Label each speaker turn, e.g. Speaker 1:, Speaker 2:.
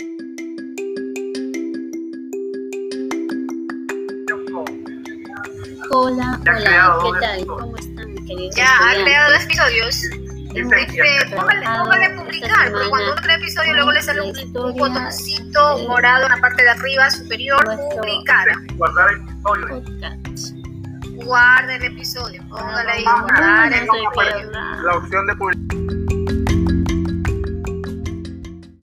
Speaker 1: Este Ya ha
Speaker 2: Hola, hola,
Speaker 1: creado
Speaker 2: ¿qué
Speaker 1: dos
Speaker 2: tal?
Speaker 1: episodios.
Speaker 2: ¿Cómo están, queridos
Speaker 3: Ya ha
Speaker 2: estudiantes?
Speaker 3: creado dos episodios. Este, póngale, póngale publicar, porque cuando uno crea episodio luego le sale un, un botoncito morado en la parte de arriba superior, publicar.
Speaker 1: Guardar el
Speaker 2: Ah.
Speaker 1: episodio.
Speaker 2: Podcast.
Speaker 3: Guarda el episodio, póngale ahí, guardar el
Speaker 2: Bueno, no sé qué
Speaker 3: episodio.
Speaker 2: hablar.
Speaker 1: La opción de publicar.